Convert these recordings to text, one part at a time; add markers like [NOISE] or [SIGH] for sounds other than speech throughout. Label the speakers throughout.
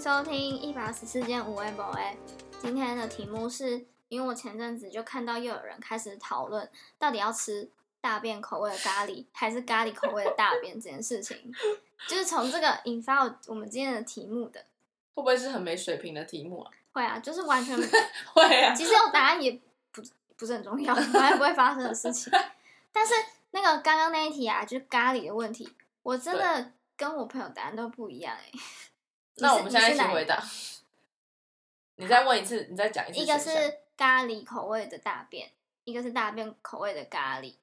Speaker 1: 收听一百二十四件无为博为。今天的题目是，因为我前阵子就看到又有人开始讨论，到底要吃大便口味的咖喱，还是咖喱口味的大便这件事情， [LAUGHS] 就是从这个引发我我们今天的题目的。
Speaker 2: 会不会是很没水平的题目啊？ [LAUGHS]
Speaker 1: 会啊，就是完全，
Speaker 2: 会啊，
Speaker 1: 其实有答案也不不是很重要，反正不会发生的事情。但是那个刚刚那一题啊，就是咖喱的问题，我真的跟我朋友答案都不一样哎、
Speaker 2: 那我们现在一
Speaker 1: 你
Speaker 2: 起
Speaker 1: 是哪一
Speaker 2: 回答。 [LAUGHS] 你再问一次，你再讲一次
Speaker 1: 一
Speaker 2: 选
Speaker 1: 个
Speaker 2: 项。
Speaker 1: 是咖喱口味的大便，一个是大便口味的咖喱。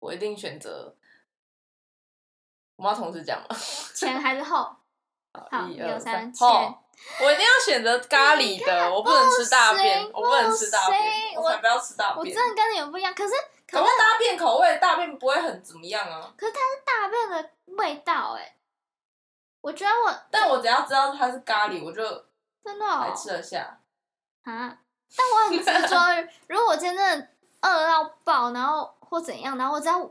Speaker 2: 我一定选择。我们要同时讲吗？
Speaker 1: 前还是
Speaker 2: [LAUGHS]
Speaker 1: 后？好，
Speaker 2: 一
Speaker 1: 二
Speaker 2: 三，
Speaker 1: 前。
Speaker 2: 哦，我一定要选择咖喱的，我不能吃大便，
Speaker 1: 不行
Speaker 2: 我不能吃大
Speaker 1: 不
Speaker 2: 便，
Speaker 1: 行
Speaker 2: 我才不要吃大
Speaker 1: 我
Speaker 2: 便。
Speaker 1: 真的跟你们不一样，可是可
Speaker 2: 可
Speaker 1: 是
Speaker 2: 是大便口味，大便不会很怎么样啊。
Speaker 1: 可是它是大便的味道哎、我觉得我
Speaker 2: 但我只要知道它是咖喱，我就
Speaker 1: 真的、哦
Speaker 2: 还、吃得下。
Speaker 1: 啊，但我很执着
Speaker 2: [LAUGHS]
Speaker 1: 于，如果我真的饿到爆，然后或怎样，然后我只要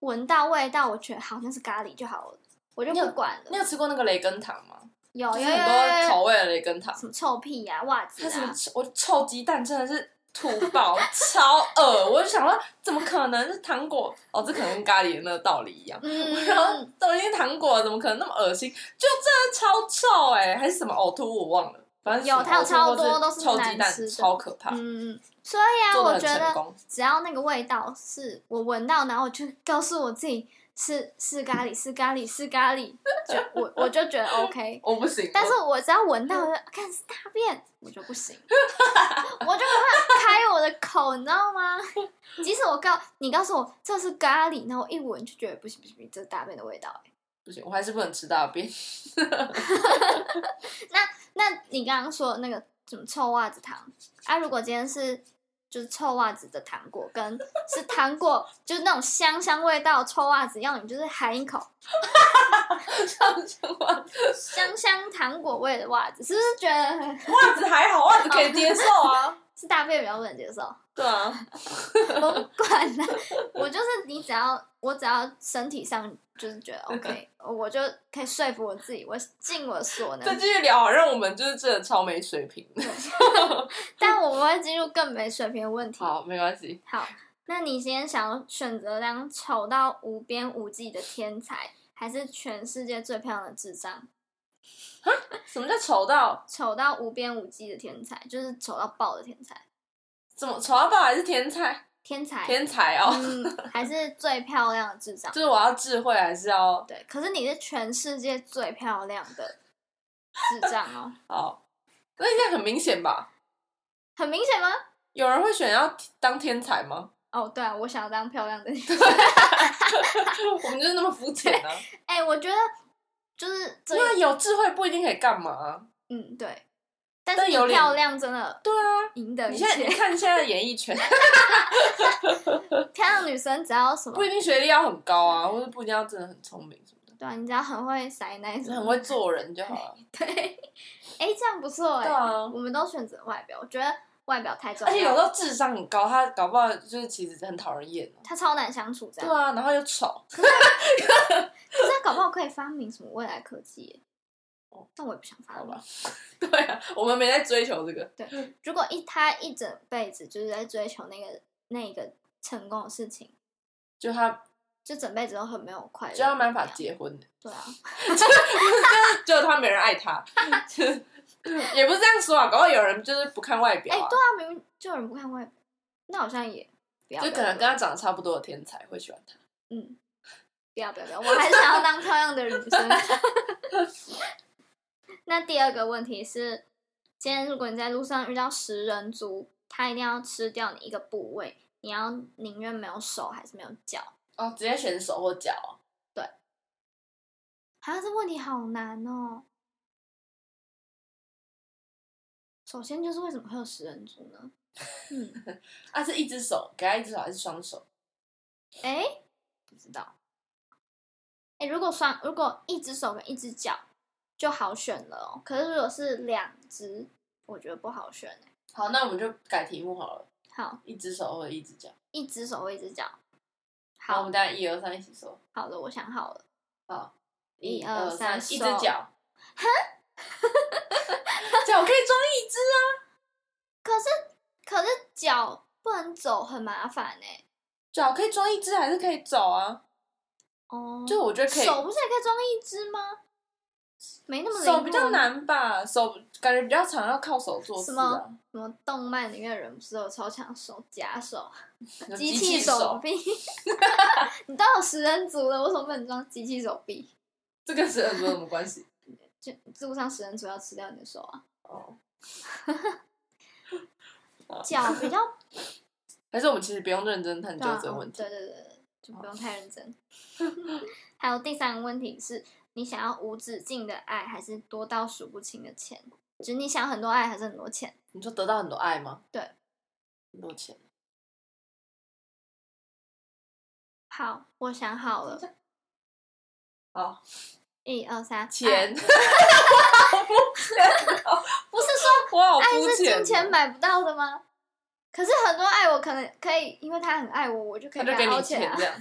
Speaker 1: 闻到味道，我觉得好像是咖喱就好了，我就
Speaker 2: 你
Speaker 1: 不
Speaker 2: 有
Speaker 1: 管了
Speaker 2: 你。有吃过那个雷根糖吗？
Speaker 1: 有
Speaker 2: 就
Speaker 1: 有
Speaker 2: 是
Speaker 1: 有有
Speaker 2: 很多
Speaker 1: 有
Speaker 2: 口味的雷根糖。
Speaker 1: 什么臭屁呀、袜子
Speaker 2: 它什么
Speaker 1: 啊，
Speaker 2: 臭？我臭鸡蛋真的是吐爆， [LAUGHS] 超恶！我就想说，怎么可能是糖果？哦，这可能跟咖喱的那个道理一样。然后
Speaker 1: 嗯，
Speaker 2: 都已经糖果了，怎么可能那么恶心？就真的超臭哎、还是什么呕吐物我忘了，反正是什么
Speaker 1: 有它有
Speaker 2: 呕吐
Speaker 1: 超
Speaker 2: 或
Speaker 1: 多都是
Speaker 2: 是臭
Speaker 1: 难
Speaker 2: 鸡蛋
Speaker 1: 吃的，
Speaker 2: 超可怕，
Speaker 1: 嗯，所以啊，
Speaker 2: 做的
Speaker 1: 我
Speaker 2: 很
Speaker 1: 觉
Speaker 2: 成
Speaker 1: 得
Speaker 2: 功。
Speaker 1: 只要那个味道是我闻到，然后我就 [LAUGHS] 告诉我自己是是咖喱，是咖喱，是咖喱，就我我就觉得
Speaker 2: [LAUGHS]
Speaker 1: OK。
Speaker 2: 我不行，
Speaker 1: 但是我只要闻到看是大便，我就不行，我就没办法开我的口，你知道吗？即使我告你告诉我这是咖喱，然后我一闻就觉得不行不行不行，这是大便的味道、欸
Speaker 2: 不行，我还是不能吃大便。 [LAUGHS]
Speaker 1: 那你刚刚说的那个什么臭袜子糖啊？如果今天是就是臭袜子的糖果，跟是糖果就是那种香香味道的臭袜子，要你就是含一口
Speaker 2: 上上袜子，
Speaker 1: 香香糖果味的袜子，是不是觉得很
Speaker 2: 袜子还好，袜子可以接受啊。
Speaker 1: 是大便比较不能接受？ [LAUGHS]
Speaker 2: 对啊，
Speaker 1: 我不管了，我就是你只要我只要身体上就是觉得 OK，我就可以说服我自己，我尽我所
Speaker 2: 再
Speaker 1: 能。
Speaker 2: 继续聊，好啊让我们就是真的超没水平。
Speaker 1: 但我们会进入更没水平的问题。
Speaker 2: 好，没关系，
Speaker 1: 好，那你今天想要选择当丑到无边无际的天才，还是全世界最漂亮的智障？
Speaker 2: 什么叫丑到？
Speaker 1: 丑到无边无际的天才，就是丑到爆的天才，
Speaker 2: 怎么丑到爆还是天才？
Speaker 1: 天才，
Speaker 2: 天才哦，
Speaker 1: 嗯，还是最漂亮的智障？
Speaker 2: [LAUGHS] 就是我要智慧还是要
Speaker 1: 对，可是你是全世界最漂亮的智障哦，
Speaker 2: 好？那应该很明显吧？
Speaker 1: 很明显吗？
Speaker 2: 有人会选要当天才吗？ [LAUGHS]
Speaker 1: 哦，对啊，我想要当漂亮的你。
Speaker 2: 我们就是那么肤浅 [LAUGHS] 啊！
Speaker 1: 哎、我觉得就是这
Speaker 2: 因，为有智慧不一定可以干嘛、啊
Speaker 1: 嗯，对。但
Speaker 2: 但
Speaker 1: 是你
Speaker 2: 有脸
Speaker 1: 漂亮真的
Speaker 2: 对啊，
Speaker 1: 赢得
Speaker 2: 你
Speaker 1: 一
Speaker 2: 现在
Speaker 1: 切
Speaker 2: 你。看现在的演艺 [LAUGHS] 圈，
Speaker 1: [LAUGHS] 漂亮女生只要什么
Speaker 2: 不一定学历要很高啊，或者不一定要真的很聪明什么的，
Speaker 1: 对啊，你只要很会塞奶什
Speaker 2: 就是
Speaker 1: 么，
Speaker 2: 很会做人就好了。
Speaker 1: 对。哎、这样不错哎、
Speaker 2: [LAUGHS] 对啊
Speaker 1: 我，们都选择外表，我觉得外表太重
Speaker 2: 而且有
Speaker 1: 要
Speaker 2: 时
Speaker 1: 了，
Speaker 2: 候智商很高，他搞不好就是其实很讨人厌、啊。
Speaker 1: 他超难相处这
Speaker 2: 对
Speaker 1: 样。
Speaker 2: 啊，然后又丑， [LAUGHS]
Speaker 1: 可是他搞不好可以发明什么未来科技耶、
Speaker 2: 哦
Speaker 1: 但我也不想发
Speaker 2: 好
Speaker 1: 明
Speaker 2: 吧。？对啊，我们没在追求这个。
Speaker 1: 如果一他一整辈子就是在追求那个那个成功的事情，
Speaker 2: 就他，
Speaker 1: 就整辈子都很没有快乐。
Speaker 2: 就他没办法。结婚的，
Speaker 1: 对啊，
Speaker 2: [LAUGHS] 就他没人爱他， [LAUGHS] 就是也不是这样说啊，搞不好有人就是不看外
Speaker 1: 哎、
Speaker 2: 表啊，
Speaker 1: 对啊，明明就有人不看外表，那好像也不要。
Speaker 2: 就可能跟他长得差不多的天才会喜欢他。
Speaker 1: 嗯，不要不要不要，我还是想要当漂亮的女生。 [LAUGHS] 那第二个问题是，今天如果你在路上遇到食人族，他一定要吃掉你一个部位，你要宁愿没有手还是没有脚？
Speaker 2: 哦，直接选手或脚啊，
Speaker 1: 啊，这问题好难哦。首先就是为什么会有食人族呢？嗯，
Speaker 2: 啊是一只手，给他一只手还是双手？
Speaker 1: 哎，不知道。哎，如果双如果一只手跟一只脚就好选了哦，可是如果是两只，我觉得不好选哎。
Speaker 2: 好，那我们就改题目好了，
Speaker 1: 好，
Speaker 2: 一只手或者一只脚。
Speaker 1: 一只手或一只脚。
Speaker 2: 好，我
Speaker 1: 好
Speaker 2: 们大家一二三一起说，
Speaker 1: 好的，我想好了，
Speaker 2: 好，
Speaker 1: 一
Speaker 2: 二
Speaker 1: 二三
Speaker 2: 一只
Speaker 1: 手
Speaker 2: 脚， [LAUGHS] 脚可以装一只啊，
Speaker 1: 可是可是脚不能走，很麻烦哎、
Speaker 2: 脚可以装一只还是可以走啊，
Speaker 1: 哦，
Speaker 2: 就我觉得可以。
Speaker 1: 手不是也可以装一只吗？没那么灵
Speaker 2: 手
Speaker 1: 活
Speaker 2: 比较，难吧，手感觉比较常要靠手做
Speaker 1: 什
Speaker 2: 事
Speaker 1: 么
Speaker 2: 啊，
Speaker 1: 什么动漫里面的人不是有超强手、假手、
Speaker 2: 有
Speaker 1: 机
Speaker 2: 嗯器
Speaker 1: 手臂？ [LAUGHS] 你都有食人族了，为什么不能装机器手臂？
Speaker 2: 这跟食人族有什么
Speaker 1: [LAUGHS]
Speaker 2: 关系？
Speaker 1: 就路上食人族要吃掉你的手啊！
Speaker 2: 哦，
Speaker 1: 脚啊
Speaker 2: [LAUGHS]
Speaker 1: 比较
Speaker 2: 还是我们其实不用认真探究
Speaker 1: 对啊
Speaker 2: 这个问题哦
Speaker 1: 对。对对对，就不用太认真。 [LAUGHS] 还有第三个问题是，你想要无止境的爱，还是多到数不清的钱？就是你想很多爱，还是很多钱？
Speaker 2: 你说得到很多爱吗？
Speaker 1: 对，
Speaker 2: 很多钱。
Speaker 1: 好，我想好了，
Speaker 2: 哦，
Speaker 1: 一二三，爱
Speaker 2: [LAUGHS] 钱，
Speaker 1: 不是 [LAUGHS]
Speaker 2: 我
Speaker 1: 说
Speaker 2: 好
Speaker 1: 爱
Speaker 2: 肤
Speaker 1: 是
Speaker 2: 浅哦，
Speaker 1: 金钱买不到的吗？可是很多爱我可能可以，因为他很爱我，我就可
Speaker 2: 他
Speaker 1: 以
Speaker 2: 就
Speaker 1: 给
Speaker 2: 给
Speaker 1: 他
Speaker 2: 你
Speaker 1: 掏钱
Speaker 2: 钱
Speaker 1: 啊
Speaker 2: 这，样。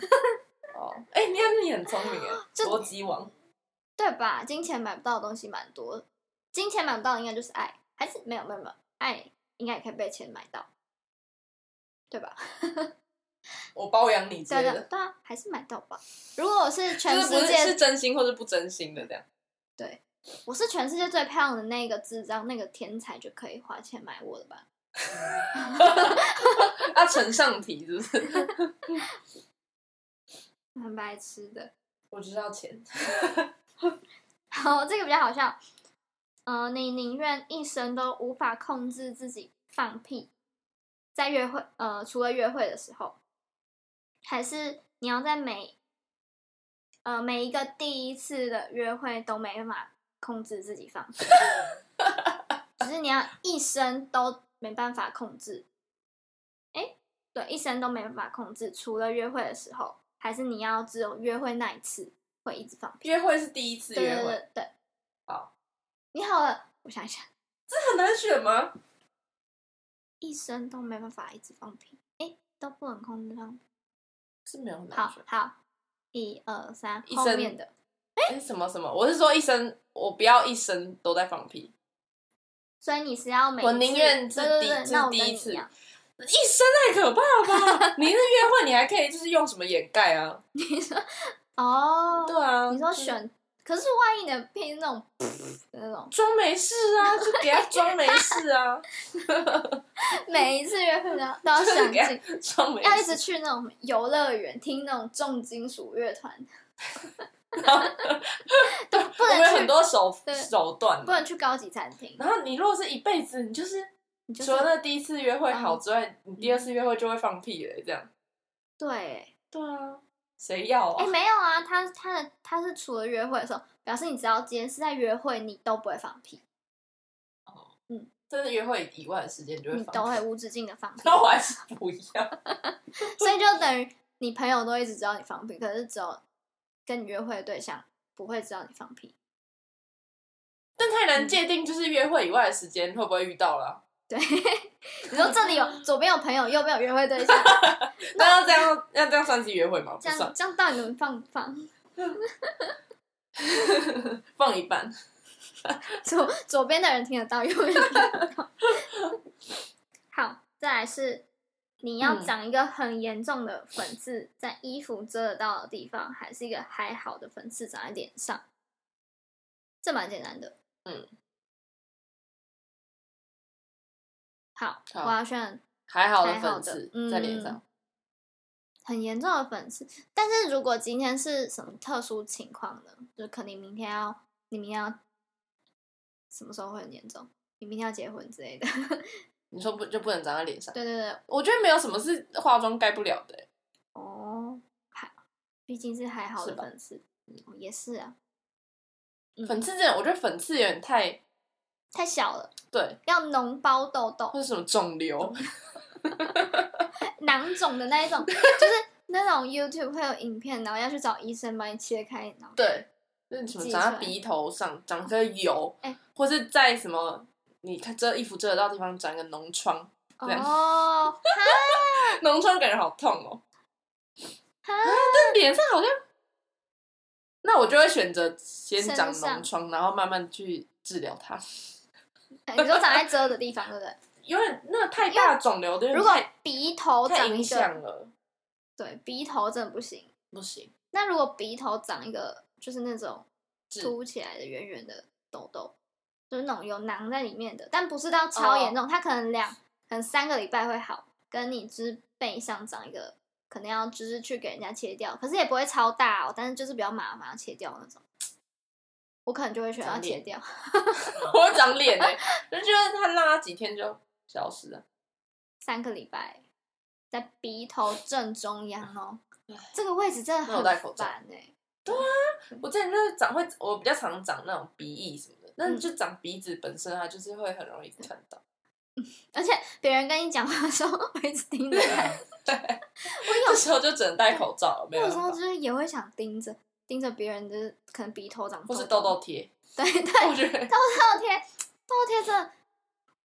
Speaker 2: 哦，哎，你看你很聪
Speaker 1: [LAUGHS]
Speaker 2: 明哎，
Speaker 1: 这
Speaker 2: 逻辑王。
Speaker 1: 对吧？金钱买不到的东西蛮多的，金钱买不到的应该就是爱，还是没有没有没有，爱应该也可以被钱买到，对吧？
Speaker 2: 我包养你之
Speaker 1: 对
Speaker 2: 类
Speaker 1: 对
Speaker 2: 的，
Speaker 1: 对啊，还是买到吧。如果我是
Speaker 2: 就
Speaker 1: 全
Speaker 2: 是
Speaker 1: 世
Speaker 2: 不是
Speaker 1: 界，
Speaker 2: 是真心或是不真心的这样。
Speaker 1: 我是全世界最漂亮的那个智障、那个天才，就可以花钱买我了吧？
Speaker 2: 啊，呈上题是不是？ [LAUGHS]
Speaker 1: 很白痴的。
Speaker 2: 我知道钱，
Speaker 1: 好，这个比较好笑。呃，你宁愿一生都无法控制自己放屁，在约会呃，除了约会的时候，还是你要在每呃每一个第一次的约会都没办法控制自己放屁，只是你要一生都没办法控制。诶，对，一生都没办法控制，除了约会的时候，还是你要只有约会那一次会一直放屁。
Speaker 2: 约会是第一次
Speaker 1: 对
Speaker 2: 约
Speaker 1: 对
Speaker 2: 会，
Speaker 1: 对对，
Speaker 2: 好，
Speaker 1: 你好了，我想一想，
Speaker 2: 很难选吗？
Speaker 1: 一生都没办法一直放屁，哎，都不能控制放屁。
Speaker 2: 是没有很难
Speaker 1: 好
Speaker 2: 选。
Speaker 1: 好，一二三，
Speaker 2: 一
Speaker 1: 后
Speaker 2: 生
Speaker 1: 面的，
Speaker 2: 哎、什么什么？我是说一生，我不要一生都在放屁，
Speaker 1: 所以你是要每一
Speaker 2: 我
Speaker 1: 次
Speaker 2: 宁愿是
Speaker 1: 对对
Speaker 2: 第
Speaker 1: 对
Speaker 2: 是
Speaker 1: 那我
Speaker 2: 第
Speaker 1: 跟
Speaker 2: 一
Speaker 1: 你
Speaker 2: 次
Speaker 1: 样，
Speaker 2: 一生太可怕了 [LAUGHS] 吧？你是约会，你还可以就是用什么掩盖啊？
Speaker 1: 哦，
Speaker 2: 对啊，
Speaker 1: 你说
Speaker 2: 就是
Speaker 1: 选，可是万一你的屁是那种 [LAUGHS] 那
Speaker 2: [LAUGHS]
Speaker 1: 种，
Speaker 2: 装没事 [LAUGHS] 啊，就给他装没事啊，
Speaker 1: 每一次约会都要都要
Speaker 2: 就是
Speaker 1: 想
Speaker 2: 给他
Speaker 1: 尽，
Speaker 2: [LAUGHS] 装没
Speaker 1: 要一
Speaker 2: 事。
Speaker 1: 直去那种游乐园听那种重金属乐团，都不
Speaker 2: 我
Speaker 1: 能
Speaker 2: 们有
Speaker 1: 去
Speaker 2: 很多手
Speaker 1: 对
Speaker 2: 手段
Speaker 1: 不
Speaker 2: 嘛。
Speaker 1: 能去高级餐厅，
Speaker 2: 然后你如果是一辈子，你就是嗯
Speaker 1: 你就
Speaker 2: 除了
Speaker 1: 是
Speaker 2: 那第一次约会好之外，你第二次约会就会放屁了，这样。
Speaker 1: 对。
Speaker 2: 对啊，谁要
Speaker 1: 哎、
Speaker 2: 啊？
Speaker 1: 没有啊，他他的他是除了约会的时候，表示你只要今天是在约会，你都不会放屁，
Speaker 2: 真的约会以外的时间就会
Speaker 1: 你都
Speaker 2: 放屁。
Speaker 1: 会无止境的放
Speaker 2: [LAUGHS]
Speaker 1: 屁，
Speaker 2: 那我还是不要。
Speaker 1: 所以就等于你朋友都一直知道你放屁，可是只有跟你约会的对象不会知道你放屁。
Speaker 2: 但太难界定，就是约会以外的时间会不会遇到了啊、
Speaker 1: 对，你说这里
Speaker 2: [LAUGHS]
Speaker 1: 有左边有朋友，右边有约会对象，
Speaker 2: 那要这样要这样算是约啊会吗？不
Speaker 1: 这样
Speaker 2: 算，
Speaker 1: 这样到底能放不放？
Speaker 2: 放一半。
Speaker 1: [LAUGHS] 左左边的人听得到，右边的人听不到。好，再来是你要
Speaker 2: 嗯
Speaker 1: 长一个很严重的粉刺，在衣服遮得到的地方，还是一个还好的粉刺长在脸上？这蛮简单的。
Speaker 2: 嗯。
Speaker 1: 好，
Speaker 2: 好
Speaker 1: 我要选
Speaker 2: 还好的
Speaker 1: 还好的
Speaker 2: 粉刺
Speaker 1: 嗯
Speaker 2: 在脸上，
Speaker 1: 很严重的粉刺，但是如果今天是什么特殊情况呢？就可能你明天要，你明天要什么时候会很严重？你明天要结婚之类的。 [LAUGHS]
Speaker 2: 你说不就不能长在脸上？
Speaker 1: 对对对，
Speaker 2: 我觉得没有什么是化妆盖不了的、欸
Speaker 1: 哦，还毕竟是还好
Speaker 2: 是
Speaker 1: 的
Speaker 2: 吧
Speaker 1: 粉丝，哦也是啊，嗯
Speaker 2: 粉刺真的，我觉得粉刺有点太
Speaker 1: 太小了，
Speaker 2: 对，
Speaker 1: 要脓包痘痘 [LAUGHS]
Speaker 2: 或、者什么肿瘤，
Speaker 1: 囊肿的那一
Speaker 2: [LAUGHS]
Speaker 1: 种，就是那种 YouTube 会有影片，然后要去找医生帮你切开，然后
Speaker 2: 对，就是什么
Speaker 1: 挤
Speaker 2: 长
Speaker 1: 出
Speaker 2: 在
Speaker 1: 来
Speaker 2: 鼻头上长个油，
Speaker 1: 哎
Speaker 2: 或是在什么你看遮衣服遮得到的地方长个脓疮，对啊
Speaker 1: 哦，
Speaker 2: 脓疮感觉好痛哦、
Speaker 1: 哈 [LAUGHS]
Speaker 2: 但脸上好像，那我就会选择先
Speaker 1: 身
Speaker 2: 长
Speaker 1: 上
Speaker 2: 脓疮，然后慢慢去治疗它，
Speaker 1: 你说长在遮的地方，对不对？
Speaker 2: 因为那太大的肿瘤的，
Speaker 1: 如果鼻头
Speaker 2: 嗯太
Speaker 1: 长
Speaker 2: 影
Speaker 1: 一个，
Speaker 2: 响了，
Speaker 1: 对，鼻头真的不行。
Speaker 2: 不行，
Speaker 1: 那如果鼻头长一个，就是那种
Speaker 2: 痣
Speaker 1: 凸起来的圆圆的痘痘，就是那种有囊在里面的，但不是到超严
Speaker 2: 哦
Speaker 1: 重，它可能两可能三个礼拜会好，跟你就是背上长一个，可能要就是去给人家切掉，可是也不会超大哦，但是就是比较麻烦要切掉那种。我可能就会选要
Speaker 2: 长
Speaker 1: 切
Speaker 2: 脸
Speaker 1: 掉，
Speaker 2: [LAUGHS] 我会长脸呢、欸就觉得它拉几天就消失了。
Speaker 1: 三个礼拜，在鼻头正中央哦
Speaker 2: 唉，
Speaker 1: 这个位置真的
Speaker 2: 那我戴口
Speaker 1: 很
Speaker 2: 罩
Speaker 1: 烦哎、
Speaker 2: 我之前就是长会，我比较常长那种鼻翼什么的，但
Speaker 1: 嗯
Speaker 2: 就长鼻子本身啊，就是会很容易看
Speaker 1: [LAUGHS]
Speaker 2: 到。
Speaker 1: 而且别人跟你讲话的时候， [LAUGHS] 我一直盯着
Speaker 2: [LAUGHS] 啊
Speaker 1: 看。
Speaker 2: 这时候就只能戴口罩了，没
Speaker 1: 我有
Speaker 2: 有
Speaker 1: 时候就
Speaker 2: 办法，
Speaker 1: 是也会想盯着盯着别人，就是可能鼻头长
Speaker 2: 或是
Speaker 1: 痘
Speaker 2: 痘，痘贴。
Speaker 1: 对对，痘
Speaker 2: 我觉得
Speaker 1: 痘贴，痘痘贴真的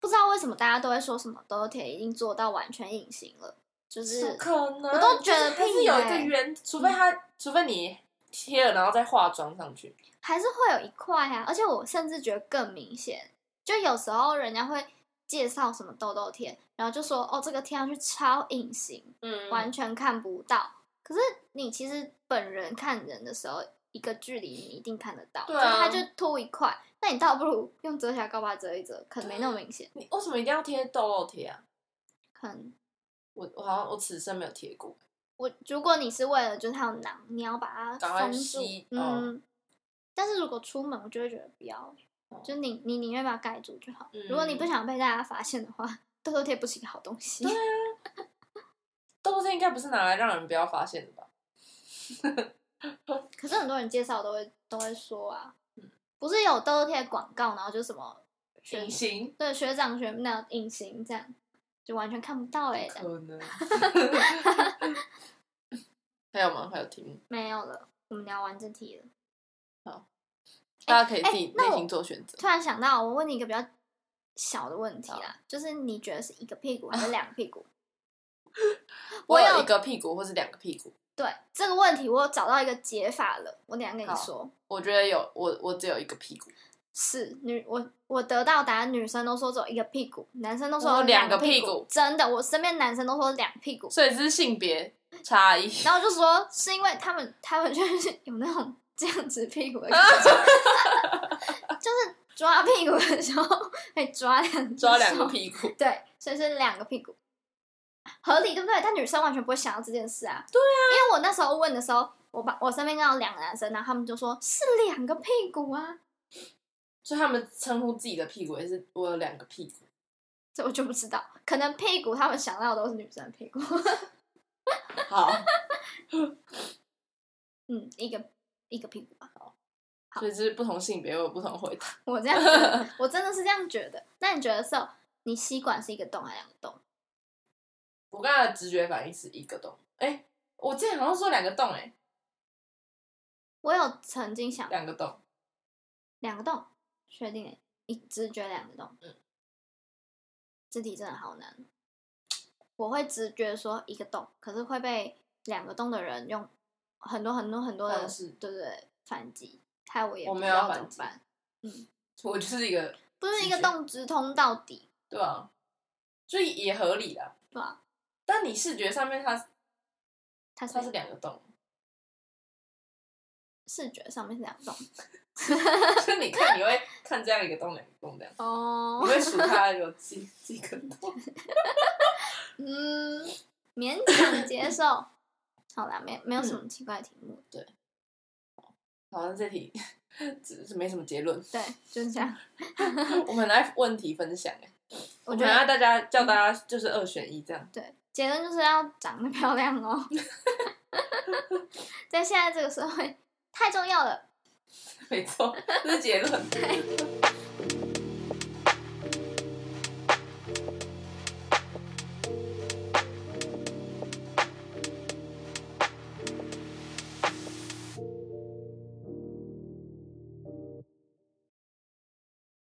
Speaker 1: 不知道为什么大家都会说什么痘痘贴已经做到完全隐形了，就是
Speaker 2: 不可能，
Speaker 1: 我都觉得
Speaker 2: 就是它
Speaker 1: 屁
Speaker 2: 是有一个
Speaker 1: 欸
Speaker 2: 圆，除非它，除非你贴了然后再化妆上去。
Speaker 1: 还是会有一块啊，而且我甚至觉得更明显，就有时候人家会介绍什么痘痘贴，然后就说哦这个贴上去超隐形，
Speaker 2: 嗯
Speaker 1: 完全看不到。可是你其实本人看人的时候，一个距离你一定看得到，
Speaker 2: 对啊
Speaker 1: 就它就凸一块。那你倒不如用遮瑕膏把它遮一遮，可能没那么明显。
Speaker 2: 你为什么一定要贴痘痘贴啊？
Speaker 1: 可能
Speaker 2: 我我好像我此生没有贴过，
Speaker 1: 我如果你是为了就是它有囊，你要把
Speaker 2: 赶
Speaker 1: 它
Speaker 2: 快
Speaker 1: 封住
Speaker 2: 吸，
Speaker 1: 嗯。但是如果出门，我就会觉得不要
Speaker 2: 哦，
Speaker 1: 就你你宁愿把它盖住就好。
Speaker 2: 嗯
Speaker 1: 如果你不想被大家发现的话， [LAUGHS] 痘痘贴不是一个好东西。
Speaker 2: 啊痘痘贴应该不是拿来让人不要发现的吧？
Speaker 1: 可是很多人介绍都会都会说啊，
Speaker 2: 嗯
Speaker 1: 不是有痘痘贴的广告，然后就什么
Speaker 2: 隐形
Speaker 1: 对学长学那隐形这样，就完全看不到哎、欸，
Speaker 2: 可能。 [LAUGHS] 还有吗？还有题目，
Speaker 1: 没有了。我们聊完这题了，
Speaker 2: 大家可以自
Speaker 1: 哎
Speaker 2: 己
Speaker 1: 那
Speaker 2: 内
Speaker 1: 我
Speaker 2: 心做选择。
Speaker 1: 突然想到，我问你一个比较小的问题啦，就是你觉得是一个屁
Speaker 2: [LAUGHS]
Speaker 1: 股还是两个屁股？我
Speaker 2: 我
Speaker 1: 有
Speaker 2: 有一个屁股，或是两个屁股。
Speaker 1: 对这个问题，我有找到一个解法了，我等一下跟你
Speaker 2: 好
Speaker 1: 说。
Speaker 2: 我觉得有我，我只有一个屁股，
Speaker 1: 是女我我得到答案，女生都说只有一个屁股，男生都说
Speaker 2: 我
Speaker 1: 有
Speaker 2: 有
Speaker 1: 两
Speaker 2: 哦两
Speaker 1: 个
Speaker 2: 个
Speaker 1: 屁
Speaker 2: 屁
Speaker 1: 股，
Speaker 2: 股
Speaker 1: 真的，我身边男生都说两屁股，
Speaker 2: 所以这是性别差异。
Speaker 1: 然后我就说是因为他们他们就是 [LAUGHS] 有那种这样子屁
Speaker 2: [LAUGHS]
Speaker 1: 股的感觉，就是抓屁股的时候会抓两只
Speaker 2: 抓两个
Speaker 1: 手，
Speaker 2: 屁股，
Speaker 1: 对，所以是两个屁股，合理对不对？但女生完全不会想到这件事啊，对啊，因为我那时候问的时候，我把我身边刚好有两个男生，然后他们就说是两个屁股啊，
Speaker 2: 所以他们称呼自己的屁股也是我有两个屁股。
Speaker 1: 这我就不知道，可能屁股他们想到的都是女生的屁股，
Speaker 2: 好，
Speaker 1: 嗯，一个一个屁股吧，
Speaker 2: 所以这是不同性别会有不同回答。
Speaker 1: [LAUGHS] 我这样觉
Speaker 2: [LAUGHS]
Speaker 1: 得，我真的是这样觉得。那你觉得是哦你吸管是一个洞还是两个洞？
Speaker 2: 我刚才的直觉反应是一个洞，哎、我之前好像说两个洞、哎，
Speaker 1: 我有曾经想
Speaker 2: 两个洞，
Speaker 1: 两个洞，确定欸一直觉两个洞。嗯，这题真的好难。我会直觉说一个洞，可是会被两个洞的人用很多很多很多的
Speaker 2: 方式，
Speaker 1: 对对对，反击，害我也
Speaker 2: 我
Speaker 1: 不
Speaker 2: 没
Speaker 1: 知
Speaker 2: 有
Speaker 1: 道
Speaker 2: 反
Speaker 1: 怎么
Speaker 2: 击
Speaker 1: 办。
Speaker 2: 我就是一个，
Speaker 1: 不是一个
Speaker 2: 直觉
Speaker 1: 洞直通到底，
Speaker 2: 对啊，就也合理啦。
Speaker 1: 对吧、
Speaker 2: 但你视觉上面它
Speaker 1: 它是
Speaker 2: 它是两个洞， [LAUGHS]
Speaker 1: 视觉上面是两个洞。
Speaker 2: 就你看你会看这样一个洞，两个洞这样，
Speaker 1: 哦
Speaker 2: 你会数它有几几个洞。
Speaker 1: 嗯，勉强接受。好啦，没没有什
Speaker 2: 嗯
Speaker 1: 么奇怪的题目，
Speaker 2: 好，那这题只是没什么结论， [LAUGHS]
Speaker 1: 对，就是这样。
Speaker 2: 我们来问题分享、哎，
Speaker 1: 我
Speaker 2: 我
Speaker 1: 觉得
Speaker 2: 们
Speaker 1: 嗯
Speaker 2: 要大家叫大家就是二选一这样。
Speaker 1: 对，结论就是要长得漂亮
Speaker 2: [LAUGHS]
Speaker 1: 哦。 [LAUGHS] 在现在这个社会太重要了。
Speaker 2: 没错，这是结论。